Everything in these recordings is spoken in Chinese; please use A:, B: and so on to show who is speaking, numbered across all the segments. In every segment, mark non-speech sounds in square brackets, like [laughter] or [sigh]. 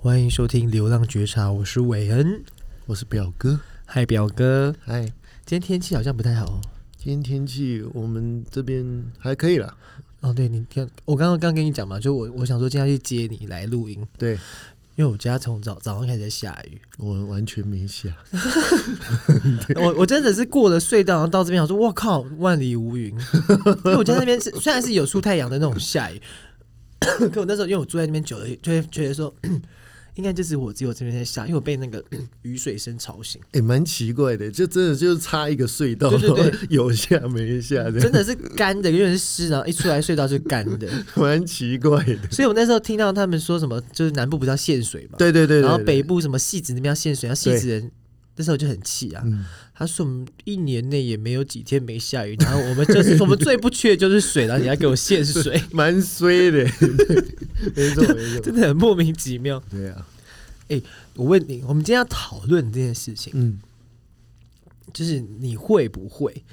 A: 欢迎收听《流浪觉察》，我是韦恩。
B: 我是表哥。
A: 嗨，表哥，
B: 嗨，
A: 今天天气好像不太好哦。
B: 今天天气我们这边还可以啦。
A: 哦，对你看，我刚刚刚跟你讲嘛，就我我想说今天要去接你来录音，
B: 对
A: 因为我家从早早上开始在下雨，
B: 我完全没下，
A: 我我真的是过了隧道，然后到这边，我说我靠，万里无云。 [laughs] 因为我家那边是虽然是有出太阳的那种下雨， [coughs] 可我那时候因为我住在那边久了，就会觉得说， [coughs] 应该就是我只有这边在下，因为我被那个 [coughs] 雨水声吵醒，
B: 也、蛮奇怪的，就真的就是差一个隧道，
A: 对对对
B: [laughs] 有下没下 [laughs] 的，
A: 真的是干的，永远是湿，然后一出来隧道是干
B: [laughs]
A: 的。
B: 蛮奇怪的。
A: 所以我那时候听到他们说什么，就是南部不是要限水嘛，
B: 对对对对，
A: 然后
B: 对
A: 北，部什么戏子那边要限水，然后戏子人那时候就很气啊，
B: 嗯，
A: 他说我们一年内也没有几天没下雨，然后我们就是
B: [laughs]
A: 我们最不缺的就是水，然后你还给我限水，
B: 蛮衰的， [laughs] 对，没错没错，
A: 真的很莫名其妙。
B: 对啊，
A: 我问你，我们今天要讨论这件事情，
B: 嗯，
A: 就是你会不会，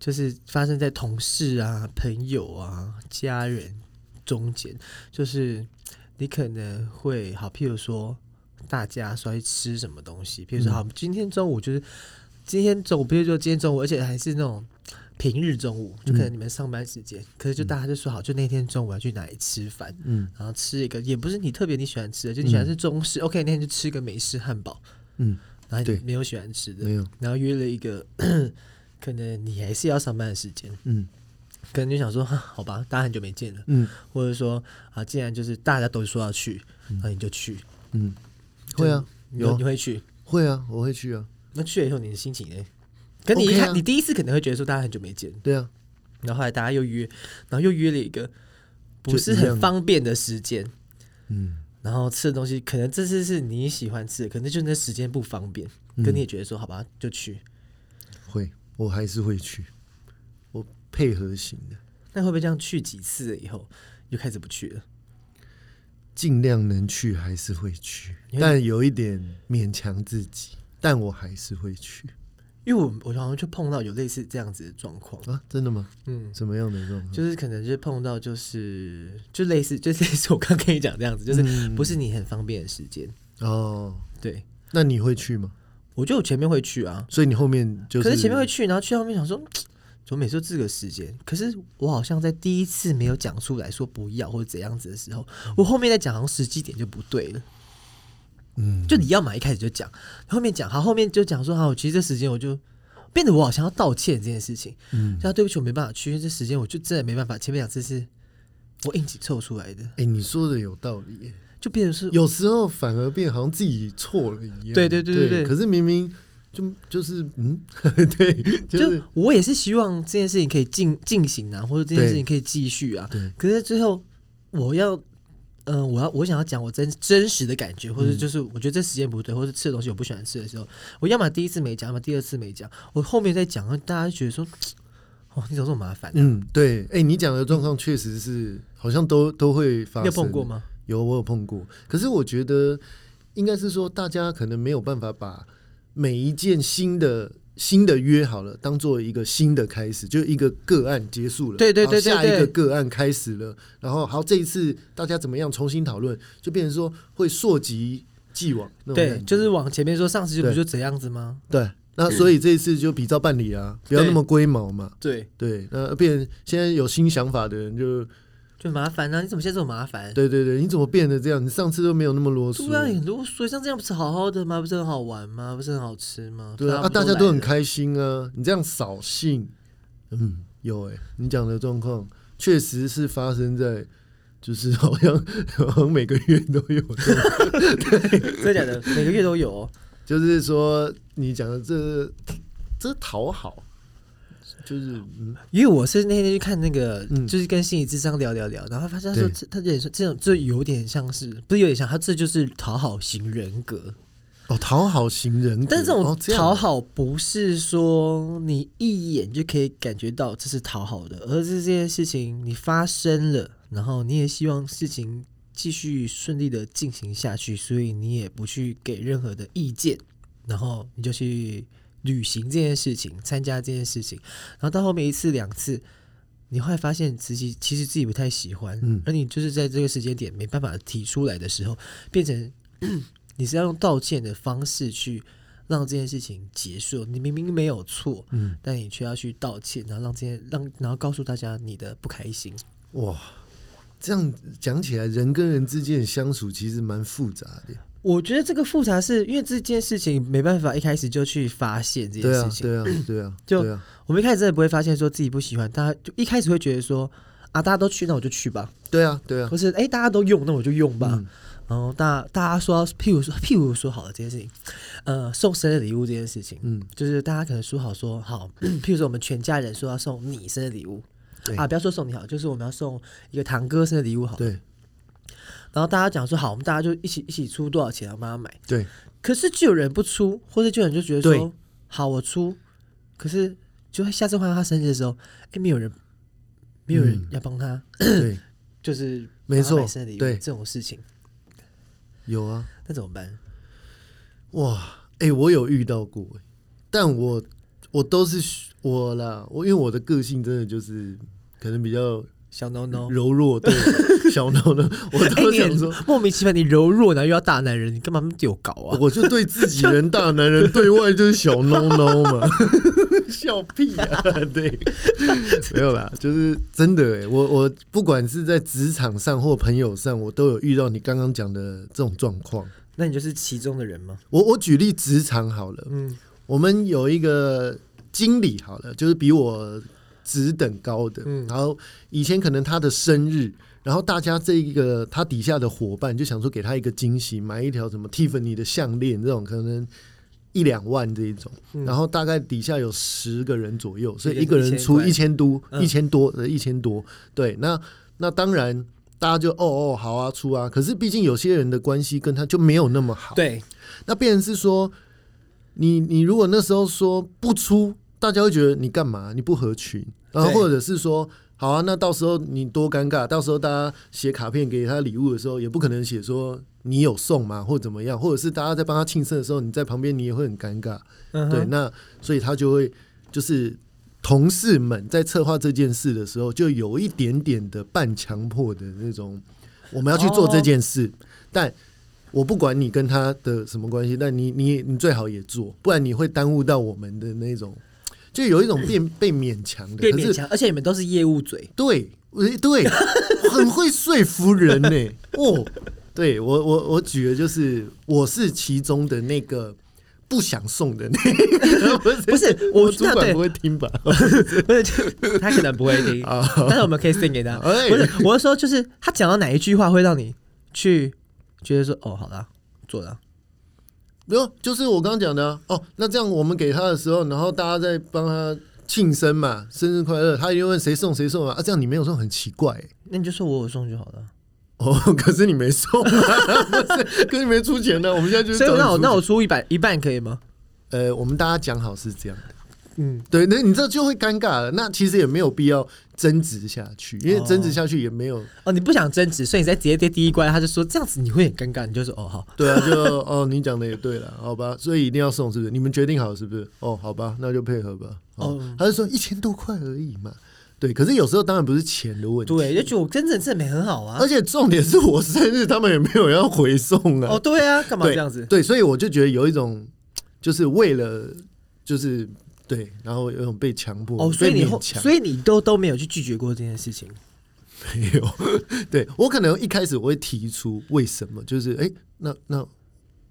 A: 就是发生在同事啊、朋友啊、家人中间，就是你可能会好，譬如说大家说要去吃什么东西，譬如说
B: 嗯
A: 好，今天中午就是今天中午，比如说今天中午，而且还是那种。平日中午就可
B: 嗯
A: 能你们上班时间，可是就大家就说好，就那天中午要去哪里吃饭，
B: 嗯
A: 然后吃一个也不是你特别你喜欢吃的，就你喜欢吃中式、o k 那天就吃个美式汉堡，
B: 嗯，
A: 然后
B: 对
A: 你没有喜欢吃的，
B: 没有，
A: 然后约了一个 [clears throat] 可能你还是要上班的时间，
B: 嗯
A: 可能就想说，哈好吧，大家很久没见了，
B: 嗯
A: 或者说啊，既然就是大家都说要去，
B: 嗯
A: 然后你就去，
B: 嗯，会啊，
A: 你
B: 有
A: 你会去，
B: 会啊，我会去啊，
A: 那去了以后你的心情呢？可你一
B: OK 啊
A: 看你第一次可能会觉得说大家很久没见，
B: 对啊，
A: 然后后来大家又约，然后又约了一个不是
B: 就一样
A: 很方便的时间，
B: 嗯
A: 然后吃的东西可能这次是你喜欢吃的，可能就是那时间不方便，
B: 嗯
A: 可你也觉得说好吧，就去，
B: 会，我还是会去，我配合型的，
A: 那会不会这样去几次了以后就开始不去了？
B: 尽量能去还是会去
A: 因为，
B: 但有一点勉强自己，但我还是会去
A: 因为我我好像就碰到有类似这样子的状况，
B: 啊！真的吗？
A: 嗯，
B: 怎么样的状况？
A: 就是可能就是碰到就是就类似就是类似我刚跟你讲这样子，就是
B: 嗯
A: 不是你很方便的时间，
B: 哦，
A: 对
B: 那你会去吗？
A: 我觉得我前面会去啊，
B: 所以你后面就是，
A: 可是前面会去，然后去后面想说。怎么每次都这个时间？可是我好像在第一次没有讲出来说不要或者怎样子的时候，我后面在讲好像时机点就不对了。
B: 嗯，
A: 就你要嘛，一开始就讲，后面讲好，后面就讲说好，其实这时间我就变得我好像要道歉这件事情，
B: 嗯，
A: 就说对不起，我没办法去，因为这时间我就真的没办法，前面两次是我硬挤凑出来的，
B: 哎、你说的有道理耶，
A: 就变成是
B: 有时候反而变好像自己错了一样。
A: 对对对对
B: 对
A: 对
B: 可是明明就就是嗯， [laughs] 对，就是
A: 就我也是希望这件事情可以进进行啊，或者这件
B: 对
A: 事情可以继续啊。
B: 对，
A: 可是最后我要，嗯、我要我想要讲我真真实的感觉，或
B: 嗯
A: 者就是我觉得这时间不对，或者吃的东西我不喜欢吃的时候，我要么第一次没讲，要么第二次没讲，我后面再讲，大家就觉得说，哦，你怎么这么麻烦、
B: 嗯，对，哎、你讲的状况确实是好像都都会发
A: 你
B: 生。
A: 有碰过吗？
B: 有，我有碰过。可是我觉得应该是说，大家可能没有办法把每一件新的新的约好了，当做一个新的开始，就一个个案结束了，
A: 对对
B: 好
A: 对对
B: 下一
A: 对
B: 个个案开始了，然后好，这一次大家怎么样重新讨论，就变成说会溯及既往那种
A: 对
B: 感，觉
A: 就是往前面说，上次就不
B: 对
A: 就这样子吗？
B: 对。那所以这一次就比照办理啊，不要
A: 对
B: 那么龟毛嘛。
A: 对，
B: 对，那变现在有新想法的人就，
A: 就麻烦啊！你怎么现在这么麻烦？
B: 对对对，你怎么变得这样？你上次都没有那么啰嗦。
A: 对啊，你如果说像这样不是好好的吗？不是很好玩吗？不是很好吃吗？
B: 对啊，啊
A: 不
B: 大家
A: 来
B: 都很
A: 了
B: 开心啊，你这样扫兴，嗯，有哎、你讲的状况确实是发生在，就是 [laughs] 好像好像每个月都有 [laughs] 这种，
A: 真的假
B: [laughs]
A: 的？每个月都有、哦，
B: 就是说你讲的这这讨好，就是嗯
A: 因为我是那天去看那个，
B: 嗯
A: 就是跟心理智商聊聊聊，然后发现他说
B: 对
A: 这他有点说这种，这有点像是不是有点像他这就是讨好型人格，
B: 哦讨好型人格，
A: 但是这
B: 哦
A: 种
B: 样
A: 讨好不是说你一眼就可以感觉到这是讨好的，而是这件事情你发生了，然后你也希望事情继续顺利的进行下去，所以你也不去给任何的意见，然后你就去履行这件事情，参加这件事情，然后到后面一次两次。你会发现自己其实自己不太喜欢，
B: 嗯
A: 而你就是在这个时间点没办法提出来的时候，变成嗯你是要用道歉的方式去让这件事情结束。你明明没有错，
B: 嗯，
A: 但你却要去道歉，然后让这些让然后告诉大家你的不开心。
B: 哇，这样讲起来，人跟人之间的相处其实蛮复杂的。
A: 我觉得这个复杂是因为这件事情没办法一开始就去发现这件
B: 对
A: 事
B: 啊，
A: 情。
B: 对啊，
A: [coughs]
B: 对啊，
A: 就
B: 对啊，
A: 我们一开始真的不会发现说自己不喜欢，大家就一开始会觉得说啊，大家都去，那我就去吧，
B: 对啊，对啊，
A: 或是哎、大家都用，那我就用吧。
B: 嗯
A: 然后大大家说，譬如说，譬如说好了这件事情，呃，送生日礼物这件事情，
B: 嗯，
A: 就是大家可能说好说好， [clears throat] 譬如说我们全家人说要送你生日礼物
B: 对
A: 啊，不要说送你好，就是我们要送一个堂哥生日礼物好了，
B: 对
A: 然后大家讲说好，我们大家就一起一起出多少钱，我们要买。 [coughs]
B: 对，
A: 可是就有人不出，或者就有人就觉得
B: 对
A: 说好我出，可是就会下次换到他生日的时候，哎，没有人，没有人
B: 嗯
A: 要帮他，
B: 对，
A: 就是
B: 没
A: 帮他买
B: 错
A: 生日礼物
B: 对
A: 这种事情，
B: 有啊，
A: 那怎么办？
B: 哇，哎、我有遇到过、欸，但我我都是嘘我啦，我因为我的个性真的就是可能比较
A: 小 no no，
B: 柔
A: [laughs]
B: 弱，对，小孬的，嗯我
A: 哎
B: 都
A: 你
B: 想
A: 很
B: 说，
A: 莫名其妙，你柔弱，然后又要大男人，你干嘛那么有搞啊？
B: 我就对自己人大男人，对外就是小孬孬
A: [laughs]
B: 嘛，笑屁啊！对，没有啦，就是真的、欸，我我不管是在职场上或朋友上，我都有遇到你刚刚讲的这种状况。
A: 那你就是其中的人吗？
B: 我我举例职场好了，
A: 嗯，
B: 我们有一个经理好了，就是比我职等高的，
A: 嗯
B: 然后以前可能他的生日，然后大家这一个他底下的伙伴就想说给他一个惊喜，买一条什么 Tiffany 的项链这种，可能一两万这一种，
A: 嗯
B: 然后大概底下有十个人左右，所以一
A: 一
B: 个
A: 个人
B: 人出一
A: 1000
B: 千多，
A: 嗯
B: 一千多，呃一千多，对，那那当然。大家就哦哦好啊出啊，可是毕竟有些人的关系跟他就没有那么好，
A: 对，
B: 那变成是说，你你如果那时候说不出，大家会觉得你干嘛？你不合群，然后
A: 对
B: 或者是说，好啊，那到时候你多尴尬，到时候大家写卡片给他礼物的时候，也不可能写说你有送吗，或怎么样，或者是大家在帮他庆生的时候，你在旁边你也会很尴尬。
A: 嗯
B: 对，
A: 哼，
B: 那所以他就会就是。同事们在策划这件事的时候，就有一点点的半强迫的那种，我们要去
A: 哦
B: 做这件事，但我不管你跟他的什么关系，但你你你最好也做，不然你会耽误到我们的那种，就有一种变被勉强的，
A: 对
B: 可
A: 勉
B: 是
A: 强，而且你们都是业务嘴，
B: 对，诶对，很会说服人呢、哦，对我我我举的就是我是其中的那个不想送的那
A: [laughs]
B: 个，不是
A: 不是我
B: 我主
A: 那对啊
B: 管不会听吧？
A: 不是就他可能不会听，
B: [laughs] 啊，
A: 但是我们可以送给他。
B: [laughs] 哎
A: 不是，我是说，就是他讲到哪一句话会让你去觉得说，哦，好啦，做了，
B: 没有，就是我刚刚讲的啊、哦。那这样我们给他的时候，然后大家在帮他庆生嘛，生日快乐，他一定问谁送谁送啊？啊，这样你没有送很奇怪、欸、
A: 那你就说我有送就好了。
B: 哦。 [laughs] 可是你没送、啊， [laughs] 不是，可是你没出钱呢、啊我们现在嗯就是
A: 所以
B: 找你
A: 那我那
B: 出
A: 我
B: 钱
A: 出一百一半可以吗？
B: 呃，我们大家讲好是这样的。
A: 嗯，
B: 对，那你这就会尴尬了。那其实也没有必要争执下去，因为
A: 哦
B: 争执下去也没有
A: 哦，你不想争执，所以你在直接跌第一关，他就说这样子你会很尴尬，你就说哦好，
B: [laughs] 对啊，就哦，你讲的也对了，好吧，所以一定要送，是不是？你们决定好是不是？哦，好吧，那就配合吧。哦，
A: 哦
B: 他就说一千多块而已嘛，对。可是有时候当然不是钱的问题，
A: 对，就觉得我跟人真的没很好啊
B: 而。且重点是我生日，他们也没有要回送啊。
A: 哦，对啊，干嘛
B: 对
A: 这样子？
B: 对，所以我就觉得有一种，就是为了，就是对，然后有一种被强迫，
A: 哦，所以
B: 被
A: 你
B: 勉
A: 后，
B: 强
A: 所以你都都没有去拒绝过这件事情。
B: 没有， [laughs] 对我可能一开始我会提出为什么，就是哎、诶那那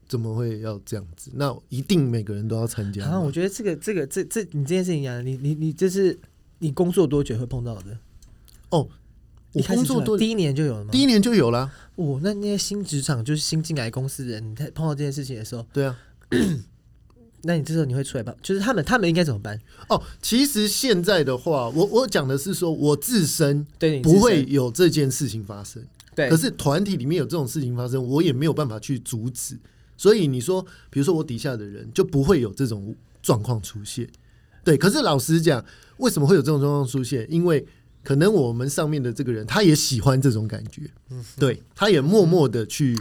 B: 怎么会要这样子？那一定每个人都要参加
A: 啊，
B: 吗
A: 我觉得这个这个这这你这件事情啊，你你你这是你工作多久会碰到的？
B: 哦，我
A: 一开始
B: 工作
A: 出来
B: 多
A: 第一年就有了吗？
B: 第一年就有啊啦，
A: 哦，那那些新职场就是新进来公司的人，你在碰到这件事情的时候，
B: 对啊。
A: 那你这时候你会出来吧？就是他们他们应该怎么办？
B: 哦，其实现在的话，我我讲的是说我自身
A: 对，你自身
B: 不会有这件事情发生，
A: 对
B: 可，是团体里面有这种事情发生，我也没有办法去阻止。所以你说，比如说我底下的人就不会有这种状况出现，对。可是老实讲，为什么会有这种状况出现？因为可能我们上面的这个人他也喜欢这种感觉，
A: 嗯
B: 对，他也默默的去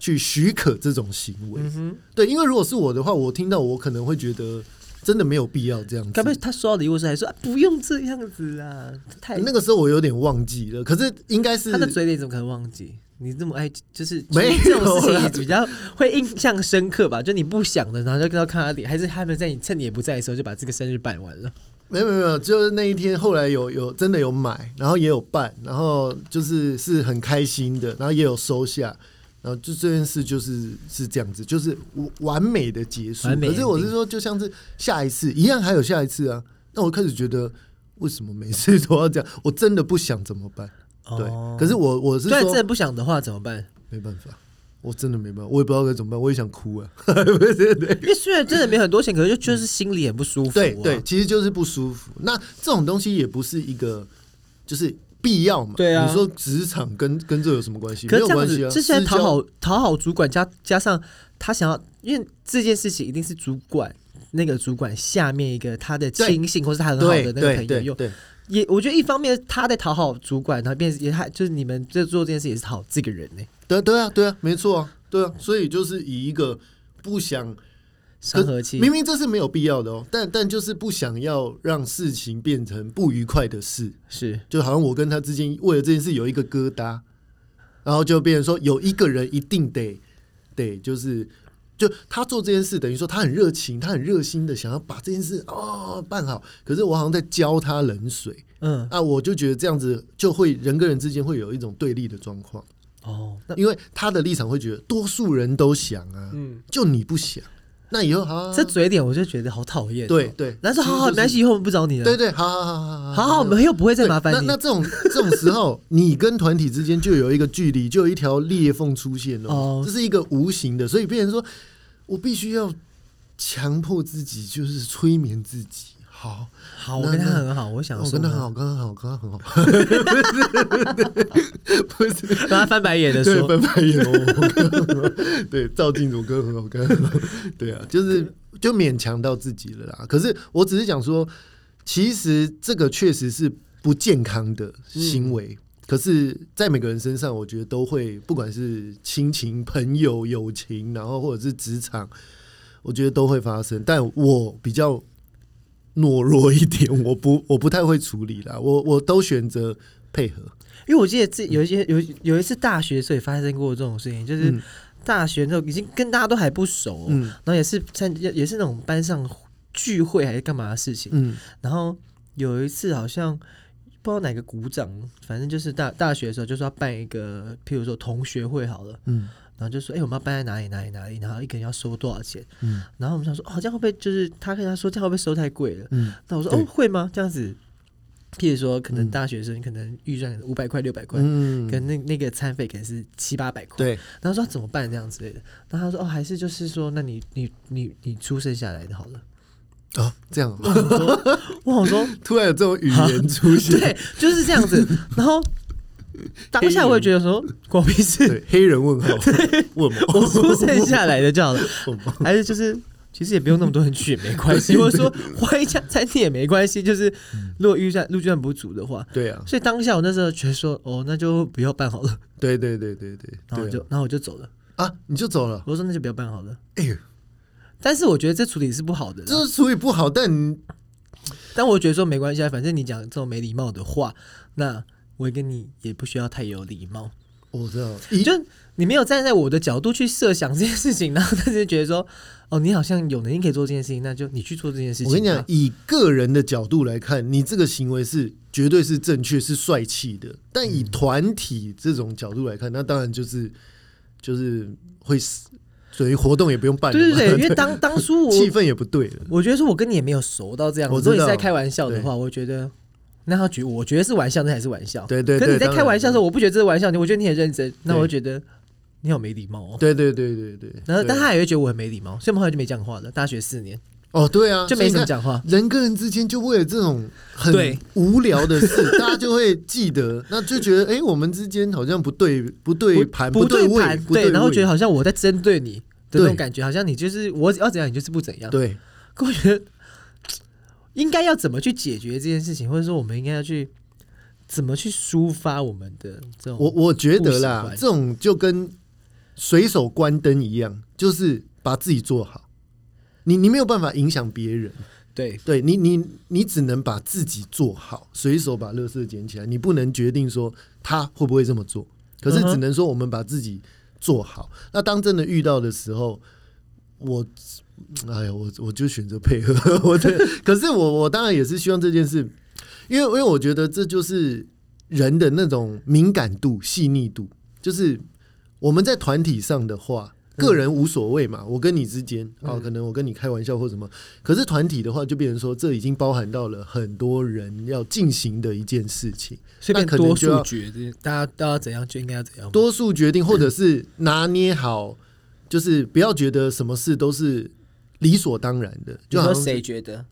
B: 去许可这种行为，
A: 嗯哼，
B: 对。因为如果是我的话，我听到我可能会觉得真的没有必要这样子。
A: 该不会他收到礼物的时候还说、啊、不用这样子啦，太
B: 那个时候我有点忘记了，可是应该是
A: 他的嘴脸怎么可能忘记？你这么爱，就是
B: 没有
A: 这
B: 啊
A: 种事
B: 啦
A: 情比较会印象深刻吧？就你不想的，然后就要看他脸，还是他们在你趁你也不在的时候就把这个生日办完了？
B: 没有没有没有，就是那一天后来有有真的有买，然后也有办，然后就是是很开心的，然后也有收下，然后就这件事就是是这样子，就是完完美的结束。
A: 完美
B: 可
A: ending
B: 是我是说，就像是下一次一样，还有下一次啊。那我开始觉得，为什么每次都要这样？我真的不想怎么办？对，
A: 哦
B: 可是我我是
A: 对，真的
B: 说
A: 不想的话怎么办？
B: 没办法，我真的没办法，我也不知道该怎么办，我也想哭啊，不是对。
A: 因为虽然真的没很多钱，可是就就是心里很不舒服、啊。
B: 对对，其实就是不舒服。那这种东西也不是一个就是必要嘛。
A: 对啊
B: 你说职场跟跟这有什么关系？
A: 可
B: 没
A: 是
B: 有
A: 这样
B: 关系
A: 子，
B: 啊。
A: 这是在
B: 私
A: 讨
B: 交
A: 好讨好主管加加上他想要，因为这件事情一定是主管那个主管下面一个他的
B: 对
A: 亲信或是他很好
B: 对
A: 的那个
B: 对
A: 朋友
B: 对
A: 用。
B: 对，
A: 也我觉得一方面他在讨好主管，然后变也还就是你们在做这件事也是讨好这个人呢、
B: 对对啊对啊，没错啊，对啊。所以就是以一个不想，
A: 伤和气。
B: 明明这是没有必要的哦，但但就是不想要让事情变成不愉快的事，
A: 是
B: 就好像我跟他之间为了这件事有一个疙瘩，然后就变成说有一个人一定得得就是就他做这件事，等于说他很热情，他很热心的想要把这件事哦办好，可是我好像在浇他冷水
A: 嗯
B: 啊，我就觉得这样子就会人跟人之间会有一种对立的状况，
A: 哦，那
B: 因为他的立场会觉得多数人都想啊，
A: 嗯，
B: 就你不想，那以后好、啊，
A: 这嘴脸我就觉得好讨厌、
B: 对，对，
A: 然后说好好，没关
B: 其实就是
A: 系，以后我们不找你了。
B: 对对，好好好好
A: 好好，我们又不会再
B: 对
A: 麻烦
B: 那
A: 你。
B: 那这种这种时候，你跟团体之间就有一个距离，就有一条裂缝出现哦
A: 哦，
B: 这是一个无形的，所以变成说我必须要强迫自己，就是催眠自己。好，
A: 好，我
B: 那
A: 跟他
B: 那
A: 很好，我想
B: 我
A: 说
B: 跟他很好，跟他很好，跟他很好。 [laughs]
A: [laughs] 然后他翻白眼的
B: 对，
A: 说，
B: 本白有，我跟他很好 [laughs] 对，赵静茹跟很好，跟很好。对啊，就是就勉强到自己了啦。可是我只是讲说，其实这个确实是不健康的行为。可是，在每个人身上，我觉得都会，不管是亲情、朋友、友情，然后或者是职场，我觉得都会发生。但我比较懦弱一点，我不，我不太会处理啦。我我都选择配合。
A: 因为我记得
B: 嗯
A: 这有一些有有一次大学的时候也发生过这种事情，就是
B: 嗯
A: 大学那时候已经跟大家都还不熟，
B: 嗯
A: 然后也是参也是那种班上聚会还是干嘛的事情，
B: 嗯
A: 然后有一次好像不知道哪个鼓掌，反正就是大大学的时候就说要办一个，譬如说同学会好了，
B: 嗯
A: 然后就说哎、我们要办在哪里哪里哪里，然后一个人要收多少钱，
B: 嗯
A: 然后我们想说哦这样会不会就是他跟他说这样会不会收太贵了？
B: 嗯
A: 那我说
B: 对
A: 哦会吗？这样子，譬如说可
B: 嗯
A: 能大学生可能预算五百块六百块，
B: 嗯，
A: 跟那那个餐费可能是七八百块，
B: 对，
A: 然后说怎么办这样之类的，然后他说哦还是就是说那你你你你出剩下来的好了，
B: 哦，这样哦，
A: 我想说我想
B: [laughs]
A: 说
B: 突然有这种语言出现，
A: 对，就是这样子。然后当下我也觉得说，关我屁事，
B: 对，黑人问号，问吗？
A: 我出剩下来的就好了，
B: 问吗？
A: 还是就是。其实也不用那么多人去也没关系，或者说换一家餐厅也没关系。就是
B: 嗯
A: 如果预算预算不足的话，
B: 对啊，
A: 所以当下我那时候觉得说，哦，那就不要办好了。
B: 对对对对对，
A: 然后我
B: 对
A: 就
B: 啊
A: 然后我就走了。
B: 啊，你就走了，
A: 我说那就不要办好了。
B: 哎呦，
A: 但是我觉得这处理是不好的啦，
B: 这处理不好，但你
A: 但我觉得说没关系啊，反正你讲这种没礼貌的话，那我跟你也不需要太有礼貌。
B: 我知道，
A: 你
B: 一
A: 就你没有站在我的角度去设想这件事情，然后他就觉得说，哦，你好像有能力可以做这件事情，那就你去做这件事情。啊
B: 我跟你讲，，以个人的角度来看，你这个行为是绝对是正确、是帅气的。但以团体这种角度来看，那当然就是就是会死，所以活动也不用办了
A: 对
B: 嘛，
A: 对对，因为当当初我
B: 气氛也不对了。
A: 我觉得说我跟你也没有熟到这样，
B: 我
A: 如果你
B: 知
A: 是
B: 道
A: 在开玩笑的话，我觉得那他觉我觉得是玩笑，那还是玩笑。
B: 对对
A: 可
B: 对，
A: 是你在
B: 当
A: 开
B: 然
A: 玩笑的时候，我不觉得这是玩笑，你我觉得你很认真，那
B: 对
A: 我就觉得你好没礼貌哦。
B: 对对对对对，
A: 然后，
B: 对
A: 但他也会觉得我很没礼貌，所以我们后来就没讲话了。大学四年
B: 哦，对啊，
A: 就没怎
B: 所以
A: 么
B: 你看。
A: 讲话，
B: 人跟人之间就为了这种很
A: 对
B: 无聊的事， [laughs] 大家就会记得，那就觉得哎、诶我们之间好像不对不对盘
A: 不
B: 对位
A: 盘，
B: 不位，
A: 然后觉得好像我在针对你的
B: 对
A: 那种感觉，好像你就是我要怎样，你就是不怎样。
B: 对
A: 可我觉得应该要怎么去解决这件事情，或者说我们应该要去怎么去抒发我们的这种
B: 我我觉得啦
A: 不喜，欢
B: 这种就跟随手关灯一样，就是把自己做好。你你没有办法影响别人，
A: 对
B: 对你你你只能把自己做好，随手把垃圾捡起来，你不能决定说他会不会这么做。可是
A: 嗯
B: 只
A: 哼
B: 能说我们把自己做好。那当真的遇到的时候，我，哎呀，我我就选择配合 [laughs] 我的。可是我我当然也是希望这件事，因为因为我觉得这就是人的那种敏感度、细腻度，就是我们在团体上的话。
A: 嗯
B: 个人无所谓嘛，我跟你之间啊、可能我跟你开玩笑或什么，可是团体的话，就变成说这已经包含到了很多人要进行的一件事情。
A: 所以变
B: 那可能
A: 多
B: 就
A: 数
B: 要
A: 决，这大家大家怎样就应该要怎样。
B: 多数决定，或者是拿捏好，就是不要觉得什么事都是理所当然的，
A: 你
B: 就好
A: 说
B: 像
A: 谁觉得？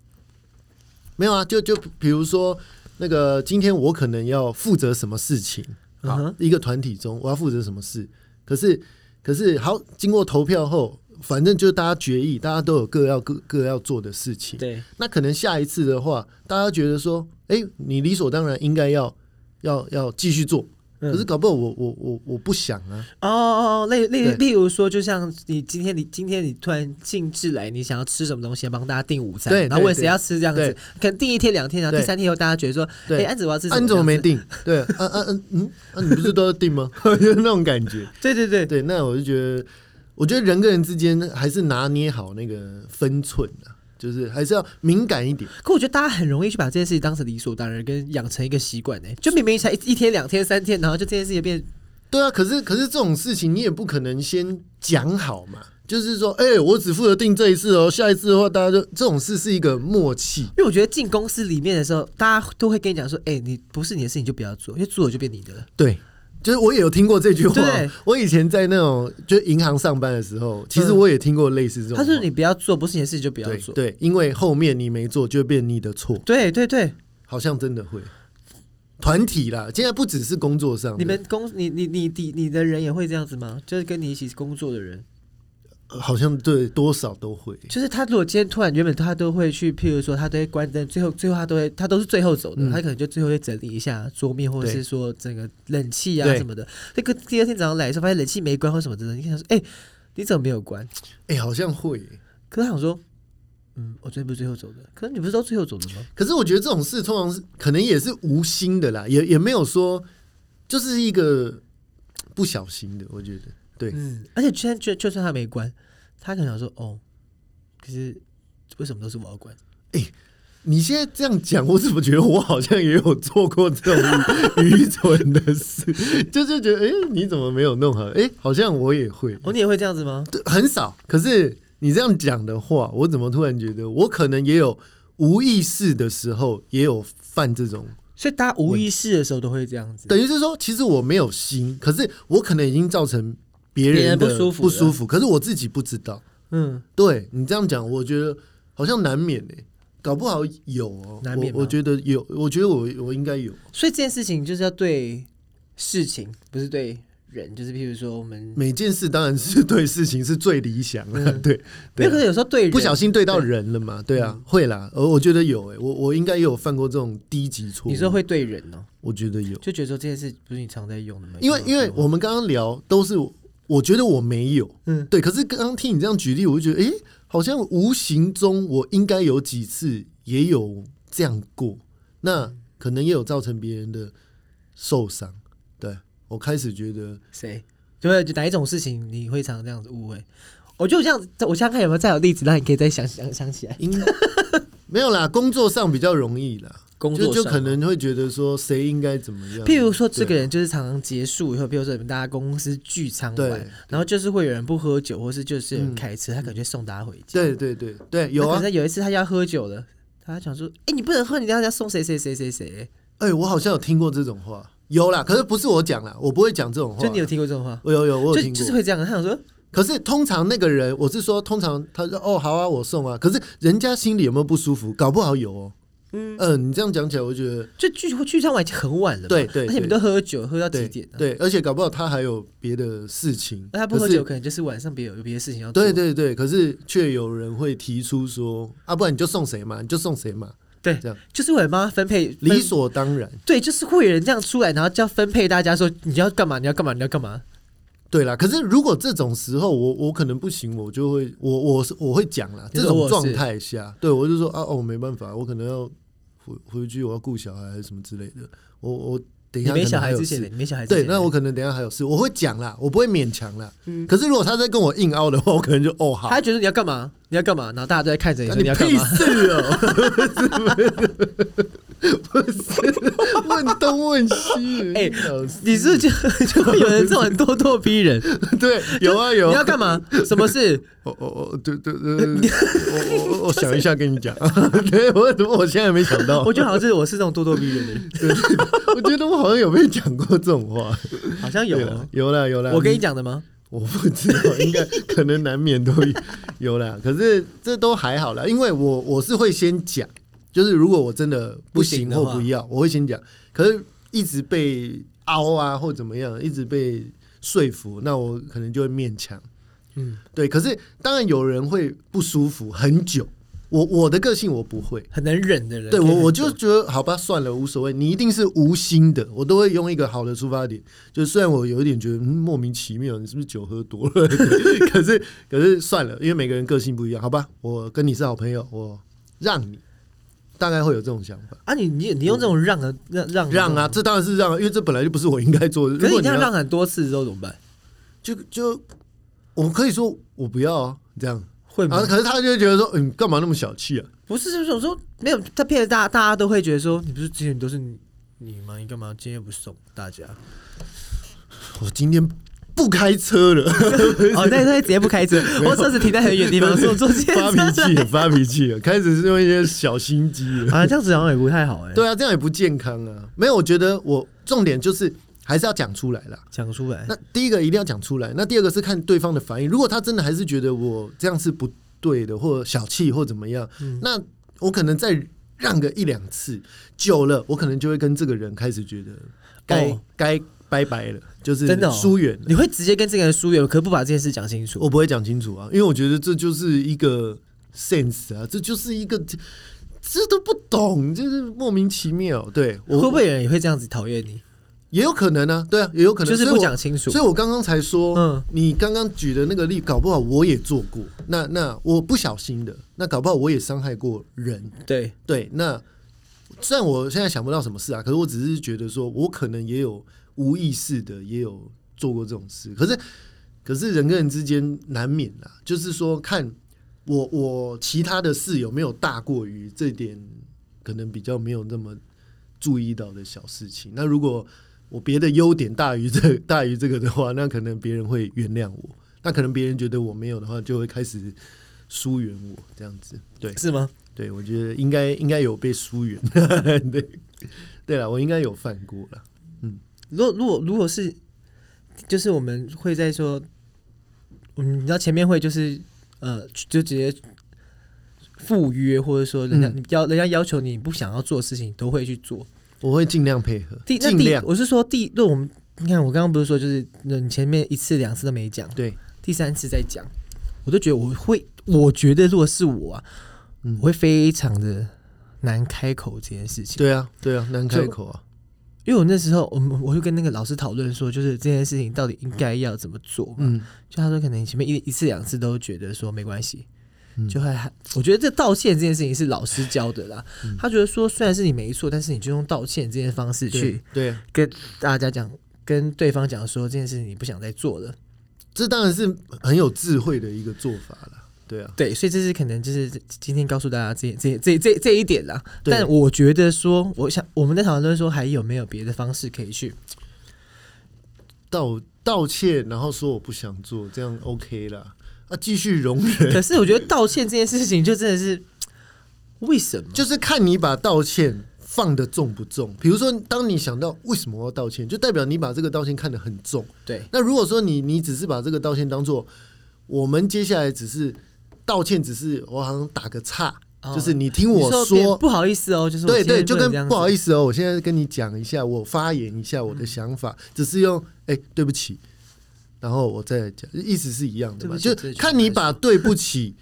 B: 没有啊，就就比如说那个今天我可能要负责什么事情
A: 嗯
B: 啊
A: 哼，
B: 一个团体中我要负责什么事，可是可是好，经过投票后，反正就大家决议，大家都有各要各各要做的事情，
A: 对，
B: 那可能下一次的话，大家觉得说，哎、你理所当然应该要要要继续做，
A: 嗯
B: 可是搞不好我我我我不想啊。
A: 哦哦，哦，例例
B: 对
A: 例如说，就像你今天你今天你突然兴致来，你想要吃什么东西，帮大家订午餐，
B: 对对
A: 然后问谁要吃这样子
B: 对，
A: 可能订一天两天，然后第
B: 对
A: 三天以后大家觉得说，哎、
B: 对
A: 安子我要吃什
B: 啊，
A: 么？
B: 你怎么没
A: 这样子？
B: 定？对，啊啊嗯嗯，啊，你不是都要定
A: [laughs]
B: 吗？就是那种感觉。
A: 对对对，
B: 对，那我就觉得，我觉得人跟人之间还是拿捏好那个分寸啊，就是还是要敏感一点。
A: 可我觉得大家很容易去把这件事情当成理所当然，跟养成一个习惯呢。欸就明明才一一天、两天、三天，然后就这件事情变
B: 对啊，可是可是这种事情你也不可能先讲好嘛，就是说，哎、我只负责定这一次哦，下一次的话大家就这种事是一个默契。
A: 因为我觉得进公司里面的时候，大家都会跟你讲说：“哎、你不是你的事，你就不要做，因为做了就变你的了。
B: 对。就是我也有听过这句话
A: 对，
B: 我以前在那种就银行上班的时候，其实
A: 嗯
B: 我也听过类似这”种话。
A: 他说：“你不要做，不是你的事，你就不要
B: 对
A: 做。
B: 对，因为后面你没做，就变你的错。
A: 对”对对对
B: 好像真的会。团体啦，现在不只是工作上的，
A: 你们公你你你你你的人也会这样子吗？就是跟你一起工作的人，
B: 呃好像对多少都会。
A: 就是他如果今天突然原本他都会去，譬如说他都会关灯，最后最后他都会他都是最后走的，
B: 嗯
A: 他可能就最后会整理一下桌面，或者
B: 对
A: 是说整个冷气啊
B: 对
A: 什么的。那个第二天早上来的时候，发现冷气没关或什么的，你想说：“哎、你怎么没有关
B: 哎、好像会耶。？”
A: 可是他想说：“嗯，我昨天不是最后走的，可是你不是都最后走的吗？”
B: 可是我觉得这种事通常是可能也是无心的啦，也也没有说就是一个不小心的。我觉得对，
A: 嗯，而且就算就就算他没关，他可能想说哦，可是为什么都是我要关？
B: 你现在这样讲，我怎么觉得我好像也有做过这种愚蠢的事？就是觉得哎、你怎么没有弄好？哎、好像我也会。
A: 哦，你也会这样子吗？
B: 对很少。可是你这样讲的话，我怎么突然觉得我可能也有无意识的时候也有犯这种，
A: 所以大家无意识的时候都会这样子。
B: 等于是说，其实我没有心，可是我可能已经造成别
A: 别人
B: 人的
A: 不舒服了
B: 不舒服，可是我自己不知道。
A: 嗯，
B: 对你这样讲，我觉得好像难免呢、搞不好有哦、
A: 难免吗
B: 我我觉得有，我觉得我我应该有，
A: 所以这件事情就是要对事情，不是对人，就是譬如说我们，
B: 每件事当然是对事情是最理想的， [laughs] 对，
A: 因为
B: 对啊
A: 可能有时候嗯对嗯人
B: 不小。心对到人了嘛？对啊，会啦。呃，我觉得有诶、我我应该也有犯过这种低级错误。
A: 你说会对人哦，
B: 我觉得有，
A: 就觉得说这件事不是你常在用的吗？
B: 因为
A: 你常
B: 因为
A: 用的
B: 我们刚刚聊都是，我觉得我没有，
A: 嗯
B: 嗯，对。可是刚刚听你这样举例，我就觉得，诶，好像无形中我应该有几次也有这样过，那可能也有造成别人的受伤。对我开始觉得，
A: 谁，就会哪一种事情你会常这样子误会？我就这样，我想想看有没有再有例子，让你可以再想想想起来。
B: 应 [laughs] 没有啦，工作上比较容易啦。
A: 工
B: 就
A: 作
B: 就
A: 上
B: 可
A: 吗
B: 能会觉得说谁应该怎么样，
A: 譬如说，这个
B: 对
A: 人就是常常结束以后，譬如说你们大家公司聚餐
B: 对
A: 完，然后就是会有人不喝酒，或是就是有人开车，他可能就送大家回家。
B: 对对对对，有
A: 那
B: 啊
A: 可，是嗯有一次他要喝酒了，他讲说：“哎、你不能喝，你等一下要送谁谁谁谁谁。
B: 哎、我好像有听过这种话，有啦，可是不是我讲啦，我不会讲这种”话。
A: 就你有听过这种话？
B: 我有有我有
A: 就
B: 听过，
A: 就是会这样。他想说，
B: 可是通常那个人，我是说，通常他说哦好啊，我送啊，可是人家心里有没有不舒服？搞不好有哦。嗯、你这样讲起来，我觉得
A: 就聚聚餐完已经很晚了嘛，
B: 对对
A: 而且你们
B: 对
A: 都喝酒，喝到
B: 对
A: 几点啊？
B: 对，而且搞不好他还有别的事情。
A: 那他不喝
B: 可是
A: 酒，可能就是晚上别有有别的事情要做。
B: 对对对，可是却有人会提出说啊，不然你就送谁嘛，你就送谁嘛，
A: 对
B: 这样
A: 就是我帮他分配分
B: 理所当然。
A: 对，就是会有人这样出来，然后就要分配大家说你要干嘛，你要干嘛，你要干嘛。
B: 对啦，可是如果这种时候我我可能不行，我就会我我是我会讲啦，
A: 你
B: 这
A: 说我
B: 种
A: 是
B: 状态下，对我就说啊哦，没办法，我可能要回回去，我要顾小孩还是什么之类的，我我等一
A: 你
B: 下可
A: 没
B: 能
A: 小
B: 还
A: 孩
B: 有
A: 之前
B: 事
A: 的，。你没小孩之
B: 对，
A: 前的
B: 那我可能等一下还有事，我会讲啦，我不会勉强啦。可是如果他在跟我硬凹的话，我可能就哦好，
A: 他觉得你要干嘛？你要干嘛？然后大家都在看着你
B: 啊
A: 说你要干
B: 屁
A: 嘛？
B: 事哦！ [laughs] 不是 [laughs] 问东问西，
A: 哎
B: 老师
A: 你是不是就就会有人这种很咄咄逼人？
B: 对有啊 [laughs] 有
A: 你要干嘛？什么事？
B: [laughs] 哦哦哦，对对对，我我我我想一下跟你讲，对我怎么我现在没想到？
A: 我觉得好像是我是那种咄咄逼人的
B: [laughs]
A: 人，
B: 我觉得我好像有被讲过这种话，
A: 好像有
B: 对
A: 哦
B: 啊啦。有啦有啦，
A: 我跟你讲的吗？
B: [laughs] 我不知道，应该可能难免都有有啦。 [laughs] 可是这都还好啦，因为我我是会先讲，就是如果我真的不
A: 不
B: 行
A: 行的
B: 或
A: 话
B: 不要，我会先讲。可是一直被凹啊或怎么样，一直被说服，那我可能就会勉强。
A: 嗯，
B: 对，可是当然有人会不舒服很久。我我的个性我不会，
A: 很能忍的人。[laughs]
B: 对
A: 可以
B: 我
A: 很
B: 我就觉得好吧，算了，无所谓。你一定是无心的，我都会用一个好的出发点。就是虽然我有一点觉得、嗯莫名其妙，你是不是酒喝多了？ [laughs] 可是可是算了，因为每个人个性不一样，好吧。我跟你是好朋友，我让你，大概会有这种想法。
A: 啊，你你你用这种让的让让
B: 让啊，
A: 的
B: 这当然是让、啊，因为这本来就不是我应该做的。
A: 嗯这种，可是
B: 如果
A: 你这样
B: 要
A: 让很多次之后怎么办？
B: 就就我可以说我不要啊，这样
A: 会吗
B: 啊。？可是他就会觉得说，嗯，干嘛那么小气啊？
A: 不是，就是我说没有，他骗了大家，大家都会觉得说，你不是之前都是你你吗？你干嘛今天不送大
B: [laughs]
A: 家？
B: 我今天不开车了。
A: 哦，那那直接不开车，我车子停在很远的地方，所以我坐计
B: [laughs] 发
A: 程
B: 脾
A: 车
B: 气了，发脾气了，开始是用一些小心机了。
A: 啊，这样子好像也不太好哎、，
B: [laughs] 对啊，这样也不健康啊。没有，我觉得我重点就是还是要讲出来啦。
A: 讲出来
B: 那第一个一定要讲出来，那第二个是看对方的反应。如果他真的还是觉得我这样是不对的，或小气或怎么样，嗯那我可能再让个一两次，久了我可能就会跟这个人开始觉得该
A: 哦
B: 该拜拜了，就是
A: 真的哦
B: 疏远了。
A: 你会直接跟这个人疏远，可不把这件事讲清楚。
B: 我不会讲清楚啊，因为我觉得这就是一个 sense 啊，这就是一个这都不懂，就是莫名其妙。对，我
A: 会不会有人也会这样子讨厌你？
B: 也有可能啊，对啊，也有可能
A: 就是
B: 所以
A: 不
B: 我
A: 讲清楚
B: 所以我刚刚才说，
A: 嗯
B: 你刚刚举的那个例，搞不好我也做过。那那我不小心的，那搞不好我也伤害过人。
A: 对，
B: 对，那虽然我现在想不到什么事啊，可是我只是觉得说，我可能也有无意识的，也有做过这种事。可是，可是人跟人之间难免啦，就是说看我我其他的事有没有大过于这点，可能比较没有那么注意到的小事情。那如果我别的优点大于这 [laughs] 大于这个的话，那可能别人会原谅我。那可能别人觉得我没有的话，就会开始疏远我这样子。对，
A: 是吗？
B: 对，我觉得应该应该有被疏远。 [laughs] 对，对了，我应该有犯过了。
A: 如果如果如果是，就是我们会在说，嗯，你知道前面会就是呃，就直接赴约，或者说人家、
B: 嗯
A: 你要人家要求你不想要做的事情，你都会去做。
B: 我会尽量配合，
A: 第那
B: 尽
A: 第
B: 量
A: 我是说第，那我们你看我刚刚不是说就是那你前面一次两次都没讲，
B: 对，
A: 第三次再讲，我都觉得我会，我觉得如果是我啊，
B: 嗯
A: 我会非常的难开口这件事情。
B: 对啊，对啊，难开口啊。
A: 因为我那时候，我们我就跟那个老师讨论说，就是这件事情到底应该要怎么做嘛。
B: 嗯，
A: 就他说，可能前面一一次两次都觉得说没关系，
B: 嗯
A: 就会还我觉得这道歉这件事情是老师教的啦。
B: 嗯
A: 他觉得说，虽然是你没错，但是你就用道歉这件方式
B: 对
A: 去
B: 对啊，
A: 跟大家讲，跟对方讲说这件事情你不想再做了。
B: 这当然是很有智慧的一个做法了。对啊，
A: 对，所以这是可能就是今天告诉大家这这这这这一点啦。
B: 对
A: 但我觉得说，我想我们在讨论说，还有没有别的方式可以去
B: 道道歉，然后说我不想做，这样 OK 啦。啊，继续容 [laughs]
A: [laughs]
B: 忍，
A: 可是我觉得道歉这件事情就真的是为什么？
B: 就是看你把道歉放的重不重。比如说，当你想到为什么要道歉，就代表你把这个道歉看得很重。
A: 对
B: 那如果说你你只是把这个道歉当做我们接下来只是道歉，只是我好像打个岔，
A: 哦
B: 就是你听
A: 你
B: 我
A: 说别
B: 说，
A: 不好意思哦，就是我
B: 对
A: 今
B: 对，
A: 天
B: 就跟
A: 能这样
B: 不好
A: 子
B: 意思哦，我现在跟你讲一下，我发言一下我的想法，
A: 嗯
B: 只是用哎、对不起，然后我再讲，意思是一样的嘛，
A: 对
B: 就
A: 不起
B: 看你把对不起。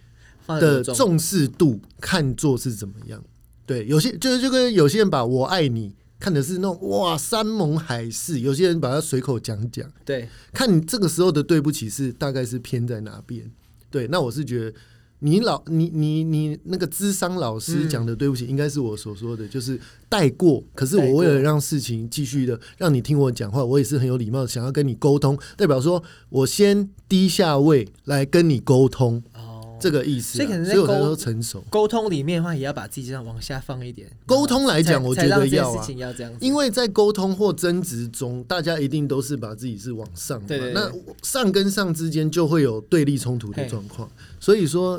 A: 放在
B: 的
A: 我中
B: 重视度看作是怎么样。对，有些就是就跟有些人把我爱你看的是那种哇山盟海誓，有些人把它随口讲讲，
A: 对
B: 看你这个时候的对不起是大概是偏在哪边。对，那我是觉得你老你你你那个智商老
A: 嗯
B: 师讲的对不起，应该是我所说的，就是带过。可是
A: 带
B: 我
A: 过
B: 为了让事情继续的让你听我讲话，我也是很有礼貌，想要跟你沟通，代表说我先低下位来跟你沟通，
A: 哦，
B: 这个意思啊、
A: 所以可能在
B: 所以我才
A: 沟
B: 说成熟。
A: 沟通里面的话，也要把自己这样往下放一点。
B: 沟通来
A: 来
B: 讲，我觉得要
A: 事
B: 啊，
A: 情要这样子，
B: 因为在沟通或争执中，大家一定都是把自己是往上嘛，
A: 对对对
B: 那上跟上之间就会有对立冲突的状况。所以说，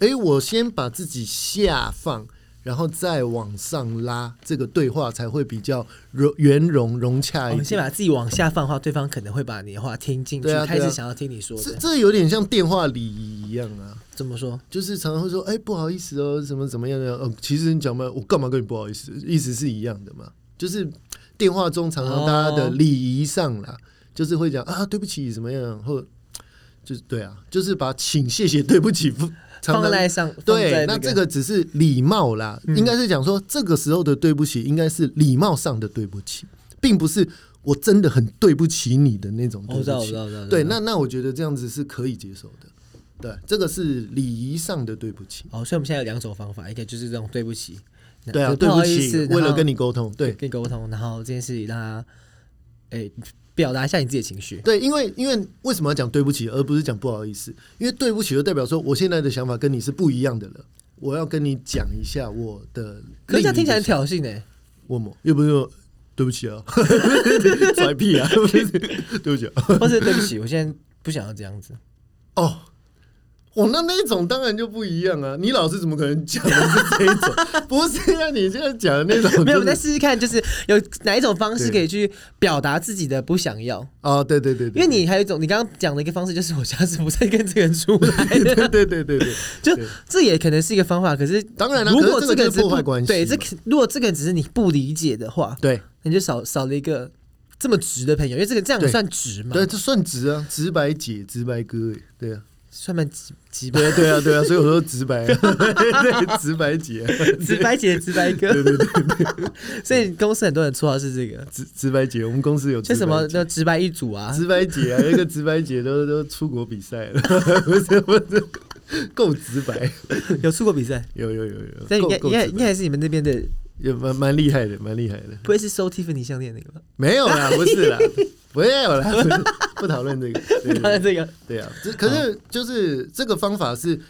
B: 诶，我先把自己下放，然后再往上拉，这个对话才会比较融圆融融洽
A: 我们
B: 一点。
A: 哦先把自己往下放的话，对方可能会把你的话听进去，
B: 对啊对啊
A: 开始想要听你说
B: 这
A: 的。
B: 这有点像电话礼仪一样啊，
A: 怎么说？
B: 就是常常会说，哎、不好意思哦，什么怎么样的，哦，其实你讲嘛，我干嘛跟你不好意思，意思是一样的嘛，就是电话中常常大家的
A: 哦
B: 礼仪上啦，就是会讲啊，对不起，怎么样，或就是对啊，就是把请、谢谢、对不起不常
A: 放
B: 常。
A: 在上，放
B: 对
A: 在，嗯
B: 那这
A: 这
B: 个只是礼貌啦，应该是讲说这个时候的对不起，应该是礼貌上的对不起，并不是我真的很对不起你的那种
A: 哦
B: 对
A: 我知道，
B: 不
A: 我知
B: 起。
A: 道，我知道。
B: 对，
A: 我知道
B: 那那我觉得这样子是可以接受的。对，这个是礼仪上的对不起。
A: 哦，所以我们现在有两种方法，一个就是这种对不起，
B: 对啊，
A: 就
B: 对
A: 不
B: 不
A: 好意
B: 起
A: 思，，
B: 为了跟
A: 你
B: 你沟通。对
A: 跟你沟通，然后这件事情让他，哎，表达一下你自己的情绪。
B: 对，因为因为为什么要讲对不起，而不是讲不好意思？因为对不起就代表说我现在的想法跟你是不一样的了。我要跟你讲一下我的另一个想法。
A: 可是这样听起来很挑衅欸呢。
B: 问我，又不是说对不起啊，拽屁啊，不是对不起啊。
A: 或是对不起，我现在不想要这样子。
B: 哦，哦，那那种当然就不一样啊！你老师怎么可能讲的是这一种？不是啊，你现在讲的那种、就是，
A: 没有，我们再试试看，就是有哪一种方式
B: 对
A: 可以去表达自己的不想要。
B: 哦，对对对
A: 因
B: 对，
A: 为你还有一种，你刚刚讲的一个方式就是，我下次不再跟这个人出来。
B: 对对对对对，
A: 就
B: 对
A: 这也可能是一个方法，可是
B: 当然了，
A: 如
B: 可是
A: 果
B: 这
A: 这
B: 个
A: 个
B: 就是是
A: 不
B: 破坏关系嘛，
A: 对，这个如果这个只是你不理解的话，
B: 对
A: 你就少少了一个这么直的朋友，因为这个这样
B: 对
A: 算直嘛，
B: 对，这算直啊，直白姐，直白哥，哎对啊，
A: 算蛮直直白
B: 对啊，对啊，对啊，所以我说直白啊，对，直白姐啊，
A: 直白姐直白哥。对对对所以公司很多人绰号是这个，
B: 直直白姐，我们公司有
A: 就什么
B: 直白姐
A: 叫直白一组啊，
B: 直白姐啊，那个直白姐都都出国比赛了，不是不是，够直白，
A: 有出国比赛，
B: 有有有有，
A: 所以应该
B: 够
A: 应
B: 够
A: 该
B: 直
A: 应
B: 白，
A: 该也是你们那边的，
B: 也蛮蛮厉害的，蛮厉害的，
A: 不会是收 Tiffany 项链那个吧？
B: 没有啦，不是啦，没有啦， [laughs] 不是不讨论这个，对对
A: 当
B: 对
A: 然这个
B: 对啊，这可是就是这个方法是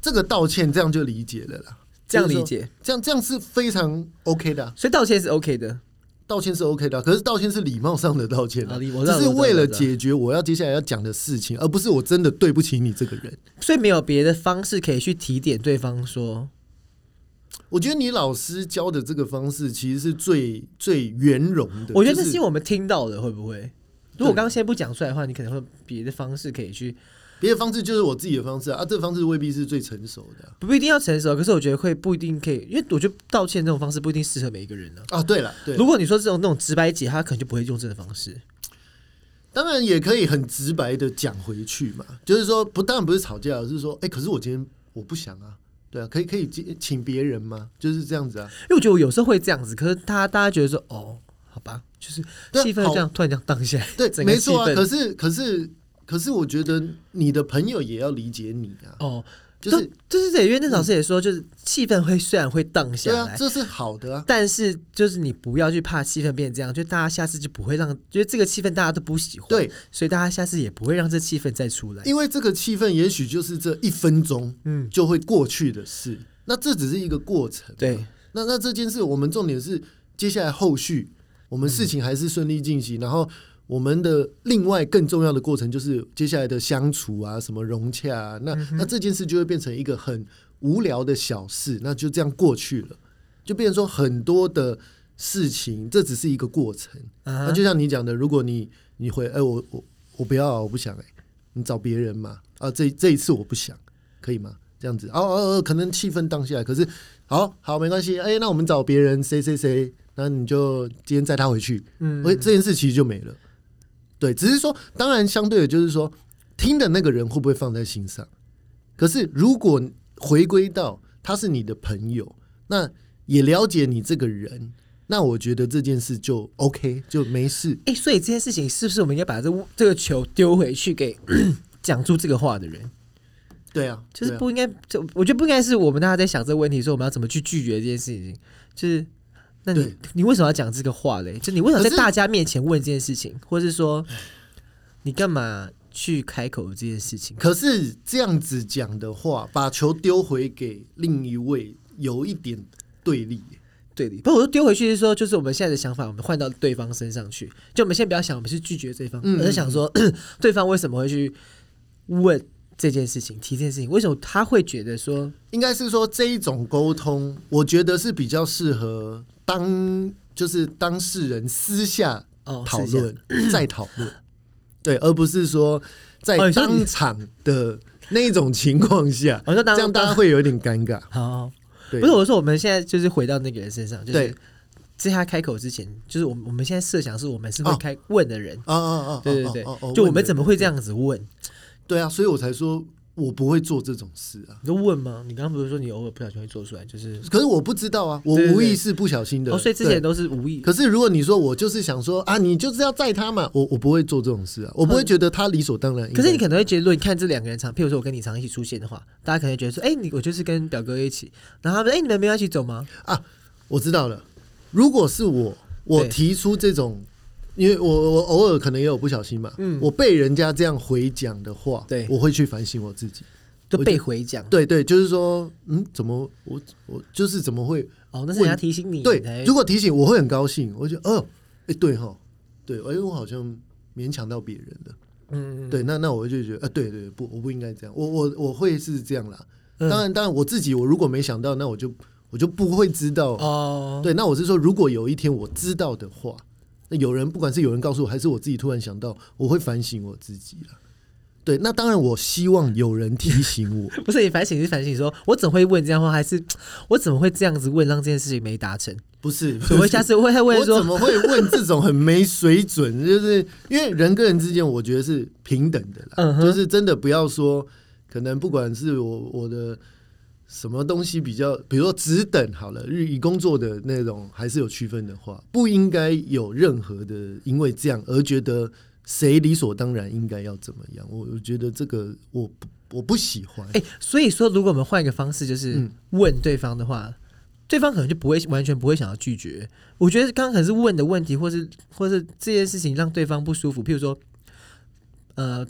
B: 这个道歉，这样就理解了啦。
A: 这样
B: 就是
A: 理
B: 说，
A: 解，
B: 这样这样是非常 OK 的啊、
A: 所以道歉是 OK 的。
B: 道歉是 OK 的啊、可是道歉是礼貌上的道歉、
A: 啊
B: 啊，
A: 礼我知道
B: 只是
A: 我知道
B: 为了
A: 我知道
B: 解决我要接下来要讲的事情，而不是我真的对不起你这个人。
A: 所以没有别的方式可以去提点对方说，
B: 我觉得你老师教的这个方式其实是最最圆融的。
A: 我觉得
B: 就
A: 这
B: 是
A: 是因为我们听到的，会不会？如果我刚刚先不讲出来的话，你可能会有别的方式可以去，
B: 别的方式就是我自己的方式啊，啊这个方式未必是最成熟的啊。
A: 不一定要成熟，可是我觉得会不一定可以，因为我觉得道歉这种方式不一定适合每一个人呢、
B: 啊对了，对了，
A: 如果你说这种那种直白姐，她可能就不会用这个方式。
B: 当然也可以很直白的讲回去嘛，就是说不当然不是吵架，而是说，哎、可是我今天我不想啊，对啊，可以可以接请别人吗？就是这样子啊，
A: 因为我觉得我有时候会这样子，可是她大家觉得说，哦，好吧，就是
B: 对啊
A: 气氛
B: 好
A: 这样突然这样荡下来，
B: 对，
A: 整个
B: 没
A: 气
B: 错啊。
A: 氛
B: 可是可是可是，我觉得你的朋友也要理解你啊，
A: 哦，
B: 就
A: 都
B: 是嗯
A: 就是这，因为那老师也说，就是气氛会虽然会荡下
B: 对
A: 来，
B: 啊，这是好的啊，
A: 但是就是你不要去怕气氛变这样，就大家下次就不会让，就是这个气氛大家都不喜欢，，
B: 对，
A: 所以大家下次也不会让这气氛再出来。
B: 因为这个气氛也许就是这一分钟，嗯，就会过去的事，那这只是一个过程，
A: 对，
B: 那那这件事，我们重点是接下来后续，我们事情还是顺利进行，然后我们的另外更重要的过程就是接下来的相处啊，什么融洽啊，那、那这件事就会变成一个很无聊的小事，那就这样过去了，就变成说很多的事情，这只是一个过程。
A: 啊
B: 那就像你讲的，如果你你会，哎、我我我不要啊、我不想、哎，你找别人嘛，啊，这这一次我不想，可以吗？这样子，哦哦哦，可能气氛荡下来，可是好好没关系，哎、那我们找别人谁谁谁，那你就今天载他回去，
A: 嗯
B: 哎，这件事其实就没了。对，只是说，当然相对的，就是说，听的那个人会不会放在心上？可是如果回归到他是你的朋友，那也了解你这个人，那我觉得这件事就 OK，就没事。
A: 哎、所以这件 [coughs] 事情是不是我们应该把这这个球丢回去给讲出这个话的人？
B: 对啊，
A: 就是
B: 对啊
A: 不应该，就我觉得不应该是我们大家在想这个问题，说我们要怎么去拒绝这件事情。就是，那你
B: 对
A: 你为什么要讲这个话嘞？就你为什么
B: 可
A: 在
B: 是
A: 大家面前问这件事情，或是说你干嘛去开口这件事情？
B: 可是这样子讲的话，把球丢回给另一位，有一点对立。
A: 对的，不，我就丢回去是说，就是我们现在的想法，我们换到对方身上去。就我们先不要想我们是拒绝对方，
B: 嗯
A: 而是想说对方为什么会去问这件事情、提这件事情，为什么他会觉得说
B: 应该是说这一种沟通，我觉得是比较适合当就是当事人私下
A: 哦
B: 讨
A: 是这样
B: 论、 [clears throat] 再讨论，对，而不是说在
A: 哦你说你
B: 当场的那一种情况下，
A: 我说 [laughs] 当
B: 这样大家会有点尴尬。
A: 好，
B: 对
A: 不是我说我们现在就是回到那个人身上，就是
B: 对
A: 在他开口之前，就是我们我们现在设想是我们是会
B: 哦
A: 开问的人，
B: 啊啊啊！
A: 对对对
B: 哦哦哦，
A: 就我
B: 问
A: 们
B: 的
A: 怎么会这样子问？
B: 对啊？所以我才说我不会做这种事啊。
A: 你就问吗？你刚刚不是说你偶尔不小心会做出来，就是
B: 可是我不知道啊，我
A: 对对对
B: 无意识不小心的。
A: 哦，所以之
B: 对
A: 前都是无意，
B: 可是如果你说我就是想说啊，你就是要载他嘛，我我不会做这种事啊，我不会觉得他理所当然应该。
A: 可是你可能会觉得，如果你看这两个人常，譬如说我跟你常一起出现的话，大家可能会觉得说，哎、你我就是跟表哥一起，然后他们说，哎、你们没有一起走吗？
B: 啊，我知道了。如果是我，我
A: 对
B: 提出这种，因为我我偶尔可能也有不小心嘛，我被人家这样回讲的话，
A: 嗯对
B: 我会去反省我自己。
A: 就被回讲，
B: 对对，就是说，嗯，怎么我我就是怎么会
A: 哦，那是人家提醒你，你才
B: 对？如果提醒，我会很高兴，我会觉得，哦，哎，对哈，对，哎，我好像勉强到别人了。
A: 嗯，
B: 对，那那我就觉得，啊，对对，不，我不应该这样，我我我会是这样啦。
A: 嗯
B: 当然，当然，我自己我如果没想到，那我就我就不会知道
A: 哦，
B: 对，那我是说，如果有一天我知道的话，那有人不管是有人告诉我，还是我自己突然想到，我会反省我自己了。对，那当然，我希望有人提醒我。
A: 不是你反省是反省说，我怎么会问这样的话，还是我怎么会这样子问，让这件事情没达成？
B: 不是， [laughs]
A: [laughs] 所以我下次会
B: 我
A: 问
B: 怎
A: 说，
B: 么会问这种很没水准？就是因为人跟人之间，我觉得是平等的啦，
A: 嗯哼
B: 就是真的不要说，可能不管是我我的什么东西比较，比如说只等好了，日以工作的那种还是有区分的话，不应该有任何的因为这样而觉得谁理所当然应该要怎么样。我我觉得这个我不我不喜欢。
A: 哎、所以说，如果我们换一个方式，就是
B: 嗯
A: 问对方的话。对方可能就不会完全不会想要拒绝。我觉得刚刚可能是问的问题，或是或是这件事情让对方不舒服。譬如说，呃，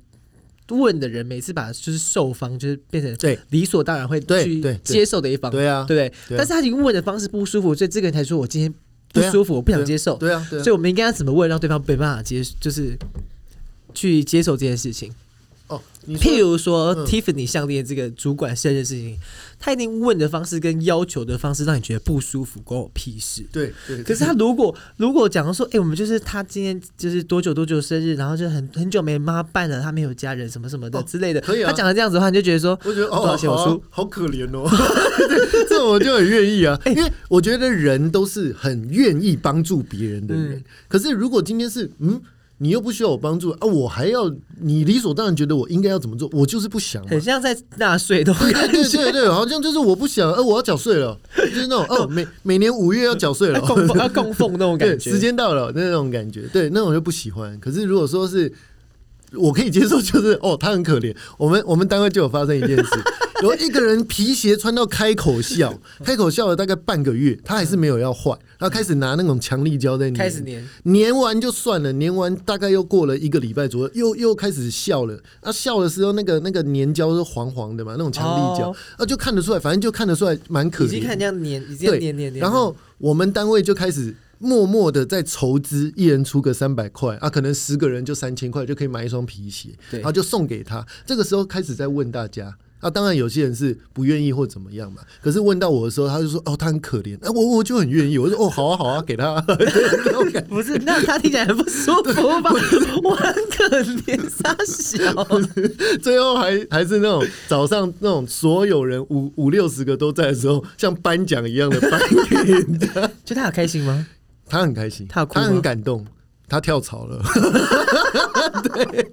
A: 问的人每次把就是受方就是变成
B: 对
A: 理所当然会
B: 对
A: 去
B: 对对
A: 接受的一方，
B: 对啊，
A: 不对？
B: 对啊
A: 但是他已经问的方式不舒服，所以这个人才说我今天不舒服，我不想接受。
B: 对啊，对啊
A: 所以，我们应该要怎么问，让对方没办法接，就是去接受这件事情？
B: 哦，你说
A: 譬如说、
B: 嗯
A: Tiffany 项链这个主管生日事情，他一定问的方式跟要求的方式让你觉得不舒服，关我屁事。
B: 对对，
A: 可是他如果如果讲说，哎、我们就是他今天就是多久多久生日，然后就很很久没妈办了，他没有家人什么什么的
B: 哦
A: 之类的，
B: 可以啊
A: 他讲的这样子的话，你就觉得说，
B: 我觉得哦，
A: 多少钱我
B: 好啊
A: 输
B: 好可怜哦， [laughs] 对这我就很愿意
A: 哎
B: 啊，因为我觉得人都是很愿意帮助别人的人。
A: 嗯
B: 可是如果今天是嗯，你又不需要我帮助啊，我还要你理所当然觉得我应该要怎么做，我就是不想嘛。
A: 很像在纳
B: [laughs]
A: 税的
B: 对
A: 感
B: [laughs] 对对对对，好像就是我不想，呃，我要缴税了，就是那种哦，
A: [laughs]
B: 每每年五月要缴税了
A: 要，供奉要供奉那种
B: 对，
A: 感觉。
B: 时间到了那种感觉，对，那种就不喜欢。可是如果说是我可以接受，就是 [laughs] 哦，他很可怜。我们我们单位就有发生一件
A: [laughs]
B: 事，有一个人皮鞋穿到开口笑，开口笑了大概半个月，他还是没有要换，然后开始拿那种强力胶在
A: 开始粘。
B: 粘完就算了，粘完大概又过了一个礼拜左右，又又开始笑了。啊，笑的时候那个那个粘胶是黄黄的嘛，那种强力胶，
A: 哦
B: 啊，就看得出来，反正就看得出来蛮可
A: 已
B: 怜的。
A: 经看人家粘，已经
B: 对，
A: 粘粘粘。
B: 然后我们单位就开始默默的在筹资，一人出个三百块啊，可能十个人就三千块就可以买一双皮鞋，
A: 对
B: 然后就送给他。这个时候开始在问大家。啊，当然有些人是不愿意或怎么样嘛。可是问到我的时候，他就说：“哦，他很可怜。啊”我我就很愿意，我说：“哦，好啊，好啊，给他。 [laughs] 对”那种感觉
A: 不是，那他听起来很不舒服
B: [laughs]
A: 吧？我很可怜，傻小。
B: 最后还还是那种早上那种所有人五五六十个都在的时候，像颁奖一样的颁
A: [laughs]
B: 给他。
A: 就他有开心吗？
B: 他很开心，
A: 他有哭吗
B: 很感动，他跳槽了。
A: 被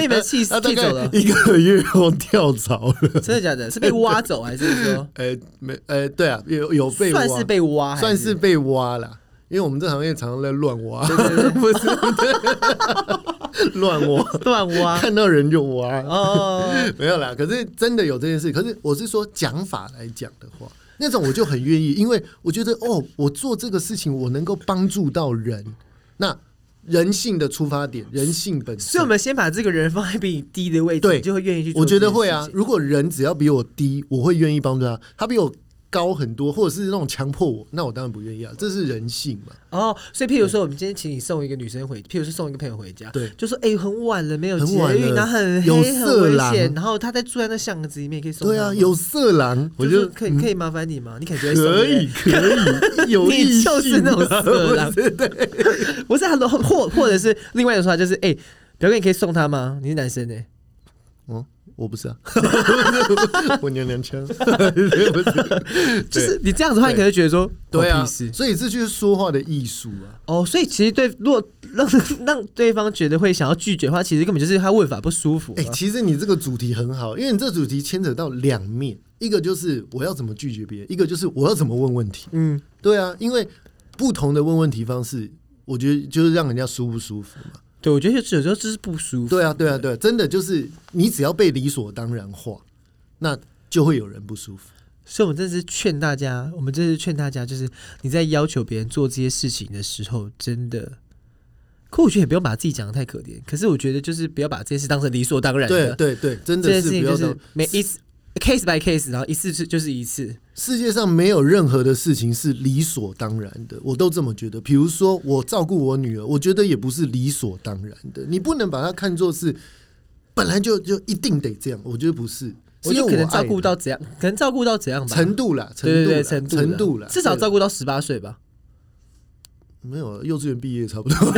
A: 你们气死
B: 他啊大
A: 气走
B: [laughs]
A: 了
B: 概？一个月后跳槽 [laughs] 了。
A: 真的假的？是被挖走还是说
B: 呃，没，呃，对啊，有有被挖，
A: 算是被挖还？
B: 算
A: [laughs]
B: 是被挖啦，因为我们这行业常常在乱挖，
A: 对对对
B: 不是？对 [laughs] 乱挖，
A: 乱挖。
B: [laughs] 看到人就挖。
A: 哦，
B: [laughs] 没有啦，可是真的有这件事。可是我是说讲法来讲的话，那种我就很愿意，因为我觉得哦，我做这个事情我能够帮助到人，那人性的出发点，人性本
A: 所以
B: 身
A: 我，们先把这个人放在比你低的位置，
B: 对
A: 你就会愿意去做
B: 我
A: 这件
B: 觉
A: 事情。
B: 得会啊。如果人只要比我低，我会愿意帮助他；他比我高很多，或者是那种强迫我，那我当然不愿意啊。这是人性嘛。
A: 哦，所以譬如说，我们今天请你送一个女生回，譬如说送一个朋友回家，
B: 对
A: 就说哎、很晚了，没有
B: 很
A: 捷
B: 晚
A: 运，
B: 了
A: 然后很
B: 有
A: 黑，很
B: 色
A: 危
B: 狼
A: 险，然后他在住在那巷子里面，也可以送
B: 对
A: 他
B: 啊，
A: 吗
B: 有色狼，我
A: 就
B: 就是
A: 可以可以麻烦你吗？你感觉
B: 可以可以有
A: [laughs] 你
B: 异性
A: 就
B: 啊，
A: 是那种色狼
B: 不是 [laughs] 对
A: 不是很多，或或者是另外一种说法就是哎。表哥，你可以送他吗？你是男生呢、欸
B: 嗯，我
A: [laughs]
B: 不是啊，我娘娘腔， [laughs] 不是，
A: 就是你这样子的话，你可能会觉得说，
B: 对
A: 关
B: 啊，
A: 我屁事
B: 所以这就是说话的艺术啊。
A: 哦，所以其实对，如果让让对方觉得会想要拒绝的话，其实根本就是他问法不舒服、
B: 哎、
A: 啊。
B: 其实你这个主题很好，因为你这主题牵扯到两面，一个就是我要怎么拒绝别人，一个就是我要怎么问问题。
A: 嗯，
B: 对啊，因为不同的问问题方式，我觉得就是让人家舒不舒服嘛。
A: 对，我觉得有时候就是不舒服。
B: 对啊，对啊，对啊，真的就是你只要被理所当然化，那就会有人不舒服。
A: 所以，我们这是劝大家，我们这是劝大家，就是你在要求别人做这些事情的时候，真的，可我觉得也不用把自己讲的太可怜。可是，我觉得就是不要把这件事当成理所当然
B: 对
A: 的。
B: 对对，真
A: 哎这件事
B: 的是不
A: 情
B: 要
A: 就
B: 当
A: 是每一次 case by case，然后一次是就是一次。
B: 世界上没有任何的事情是理所当然的，我都这么觉得。比如说，我照顾我女儿，我觉得也不是理所当然的。你不能把它看作是本来就就一定得这样，我觉得不是，是
A: 我
B: 因
A: 就
B: 为
A: 可能
B: 爱
A: 照顾
B: 你
A: 到怎样，可能照顾到怎样吧。
B: 程度啦，程
A: 对
B: 度
A: 对对，
B: 啦，
A: 程
B: 程度
A: 啦
B: 啦，
A: 至少
B: 对
A: 照顾到十八岁吧。
B: 没有幼稚园毕业差不多， [laughs]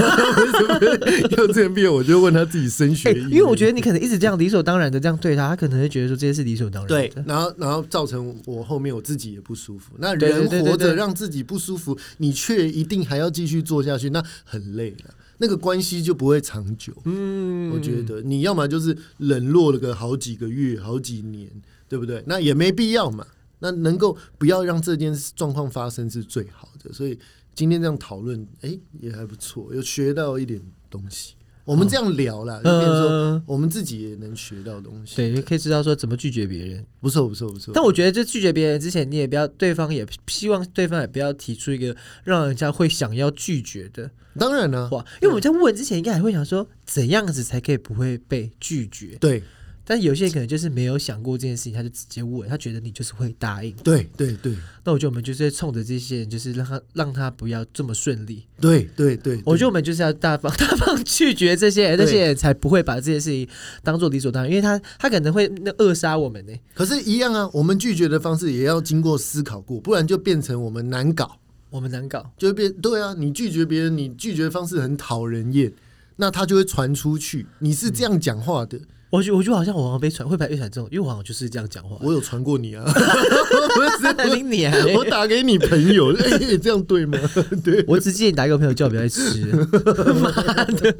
B: 幼稚园毕业我就问他自己升学
A: 哎，
B: 意愿、
A: 因为我觉得你可能一直这样理所当然的这样对他，他可能会觉得说这些是理所当然的。
B: 对，然后然后造成我后面我自己也不舒服。那
A: 对对对
B: 人
A: 对
B: 活
A: 对
B: 着让自己不舒服，你却一定还要继续做下去，那很累了。那个关系就不会长久，
A: 嗯
B: 我觉得你要么就是冷落了个好几个月、好几年，对不对？那也没必要嘛。那能够不要让这件事状况发生是最好的。所以今天这样讨论，哎，也还不错，有学到一点东西。我们这样聊啦，就变成说
A: 呃，
B: 我们自己也能学到东西。
A: 对，可以知道说怎么拒绝别人。
B: 不错，不错，不错。
A: 但我觉得，就拒绝别人之前，你也不要，对方也希望对方也不要提出一个让人家会想要拒绝的
B: 当然啦、
A: 话，因为我们在问之前，应该还会想说怎样子才可以不会被拒绝。
B: 对
A: 但有些人可能就是没有想过这件事情，他就直接问，他觉得你就是会答应。
B: 对对对
A: 那我觉得我们就是冲着这些人，就是让他让他不要这么顺利。
B: 对对对，
A: 我觉得我们就是要大方 [laughs] 大方拒绝这些人，这
B: 对
A: 些人才不会把这件事情当做理所当然，因为他他可能会那扼杀我们呢、
B: 可是，一样啊，我们拒绝的方式也要经过思考过，不然就变成我们难搞，
A: 我们难搞。
B: 就会变对啊，你拒绝别人，你拒绝的方式很讨人厌，那他就会传出去，你是这样讲话的，我
A: 我觉我觉得好像我好像被传会被越传这种，因为我好像就是这样讲话。
B: 我有传过你啊， [laughs] 不是
A: [laughs] 你你啊！
B: 我，我打给你朋友， [laughs] 哎、这样对吗？ [laughs] 对，
A: 我只记得你打给我朋友叫我不要去吃， [laughs] 妈的！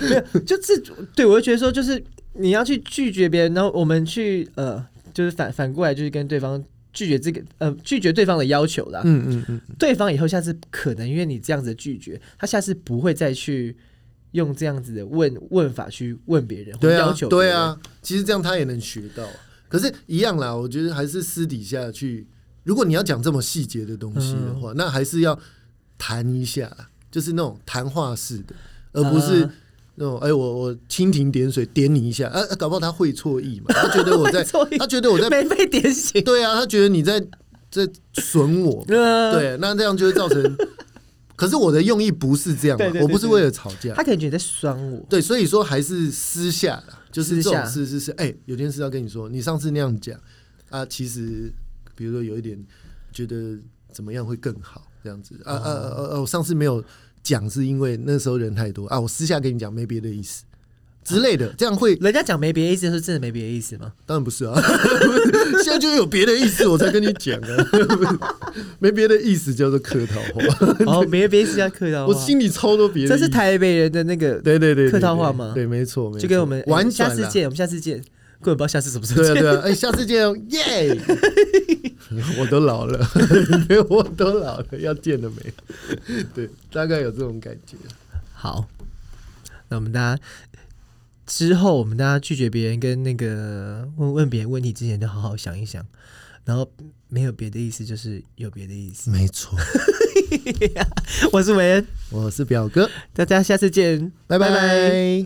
A: 没有，就这对我就觉得说，就是你要去拒绝别人，然后我们去呃，就是反反过来就是跟对方拒绝这个呃拒绝对方的要求啦。
B: 嗯嗯嗯，
A: 对方以后下次可能因为你这样子的拒绝，他下次不会再去用这样子的问问法去问别人，或
B: 对
A: 要
B: 啊
A: 求，别
B: 对
A: 人。
B: 啊，其实这样他也能学到啊、可是，一样啦，我觉得还是私底下去，如果你要讲这么细节的东西的话，
A: 嗯
B: 那还是要谈一下啦，就是那种谈话式的，而不是
A: 啊
B: 那种哎、我我蜻蜓点水点你一下，啊，啊搞不好他会错意嘛，他觉得我
A: [laughs]
B: 在，
A: 所以
B: 他觉得我在，
A: 没被点醒。
B: 对啊，他觉得你在在损我，
A: 呃，
B: 对，啊那这样就会造成。可是我的用意不是这样嘛
A: 对对，对
B: 我不是
A: 对
B: 为了吵架，
A: 他可能觉得在酸我。
B: 对，所以说还是私下啦，就是
A: 私
B: 这种
A: 下
B: 事是是，哎、有件事要跟你说，你上次那样讲啊，其实比如说有一点觉得怎么样会更好这样子啊啊啊啊啊！我上次没有讲是因为那时候人太多啊，我私下跟你讲没别的意思之类的，这样会
A: 人家讲没别的意思，是真的没别的意思
B: [laughs]
A: 吗？
B: 当然不是啊，现在就有别的意思我才跟你讲啊，没别的意思叫做客套话，
A: 哦，没别的意思要客套话。
B: 我心里超多别的
A: 这
B: 意思，
A: 是台北人的那个，
B: 对对对对
A: 客套话
B: 对
A: 吗
B: 对，没错，没
A: 就跟
B: 错
A: 我们
B: 婉
A: 哎下
B: 转
A: 次
B: 啦
A: 见，我们下次见。根本不知道下次什么时候
B: [laughs] 对啊，
A: 见。
B: 对啊，哎、下次见哦， [laughs] 耶！我都老 [laughs] 了，我都老了，要见了没？对，大概有这种感觉。
A: 好，那我们大家之后，我们大家拒绝别人跟那个问问别人问题之前，都好好想一想。然后没有别的意思，就是有别的意思。 [laughs]
B: 没错，
A: 我是韦恩，
B: 我是表哥，
A: 大家下次见，
B: 拜拜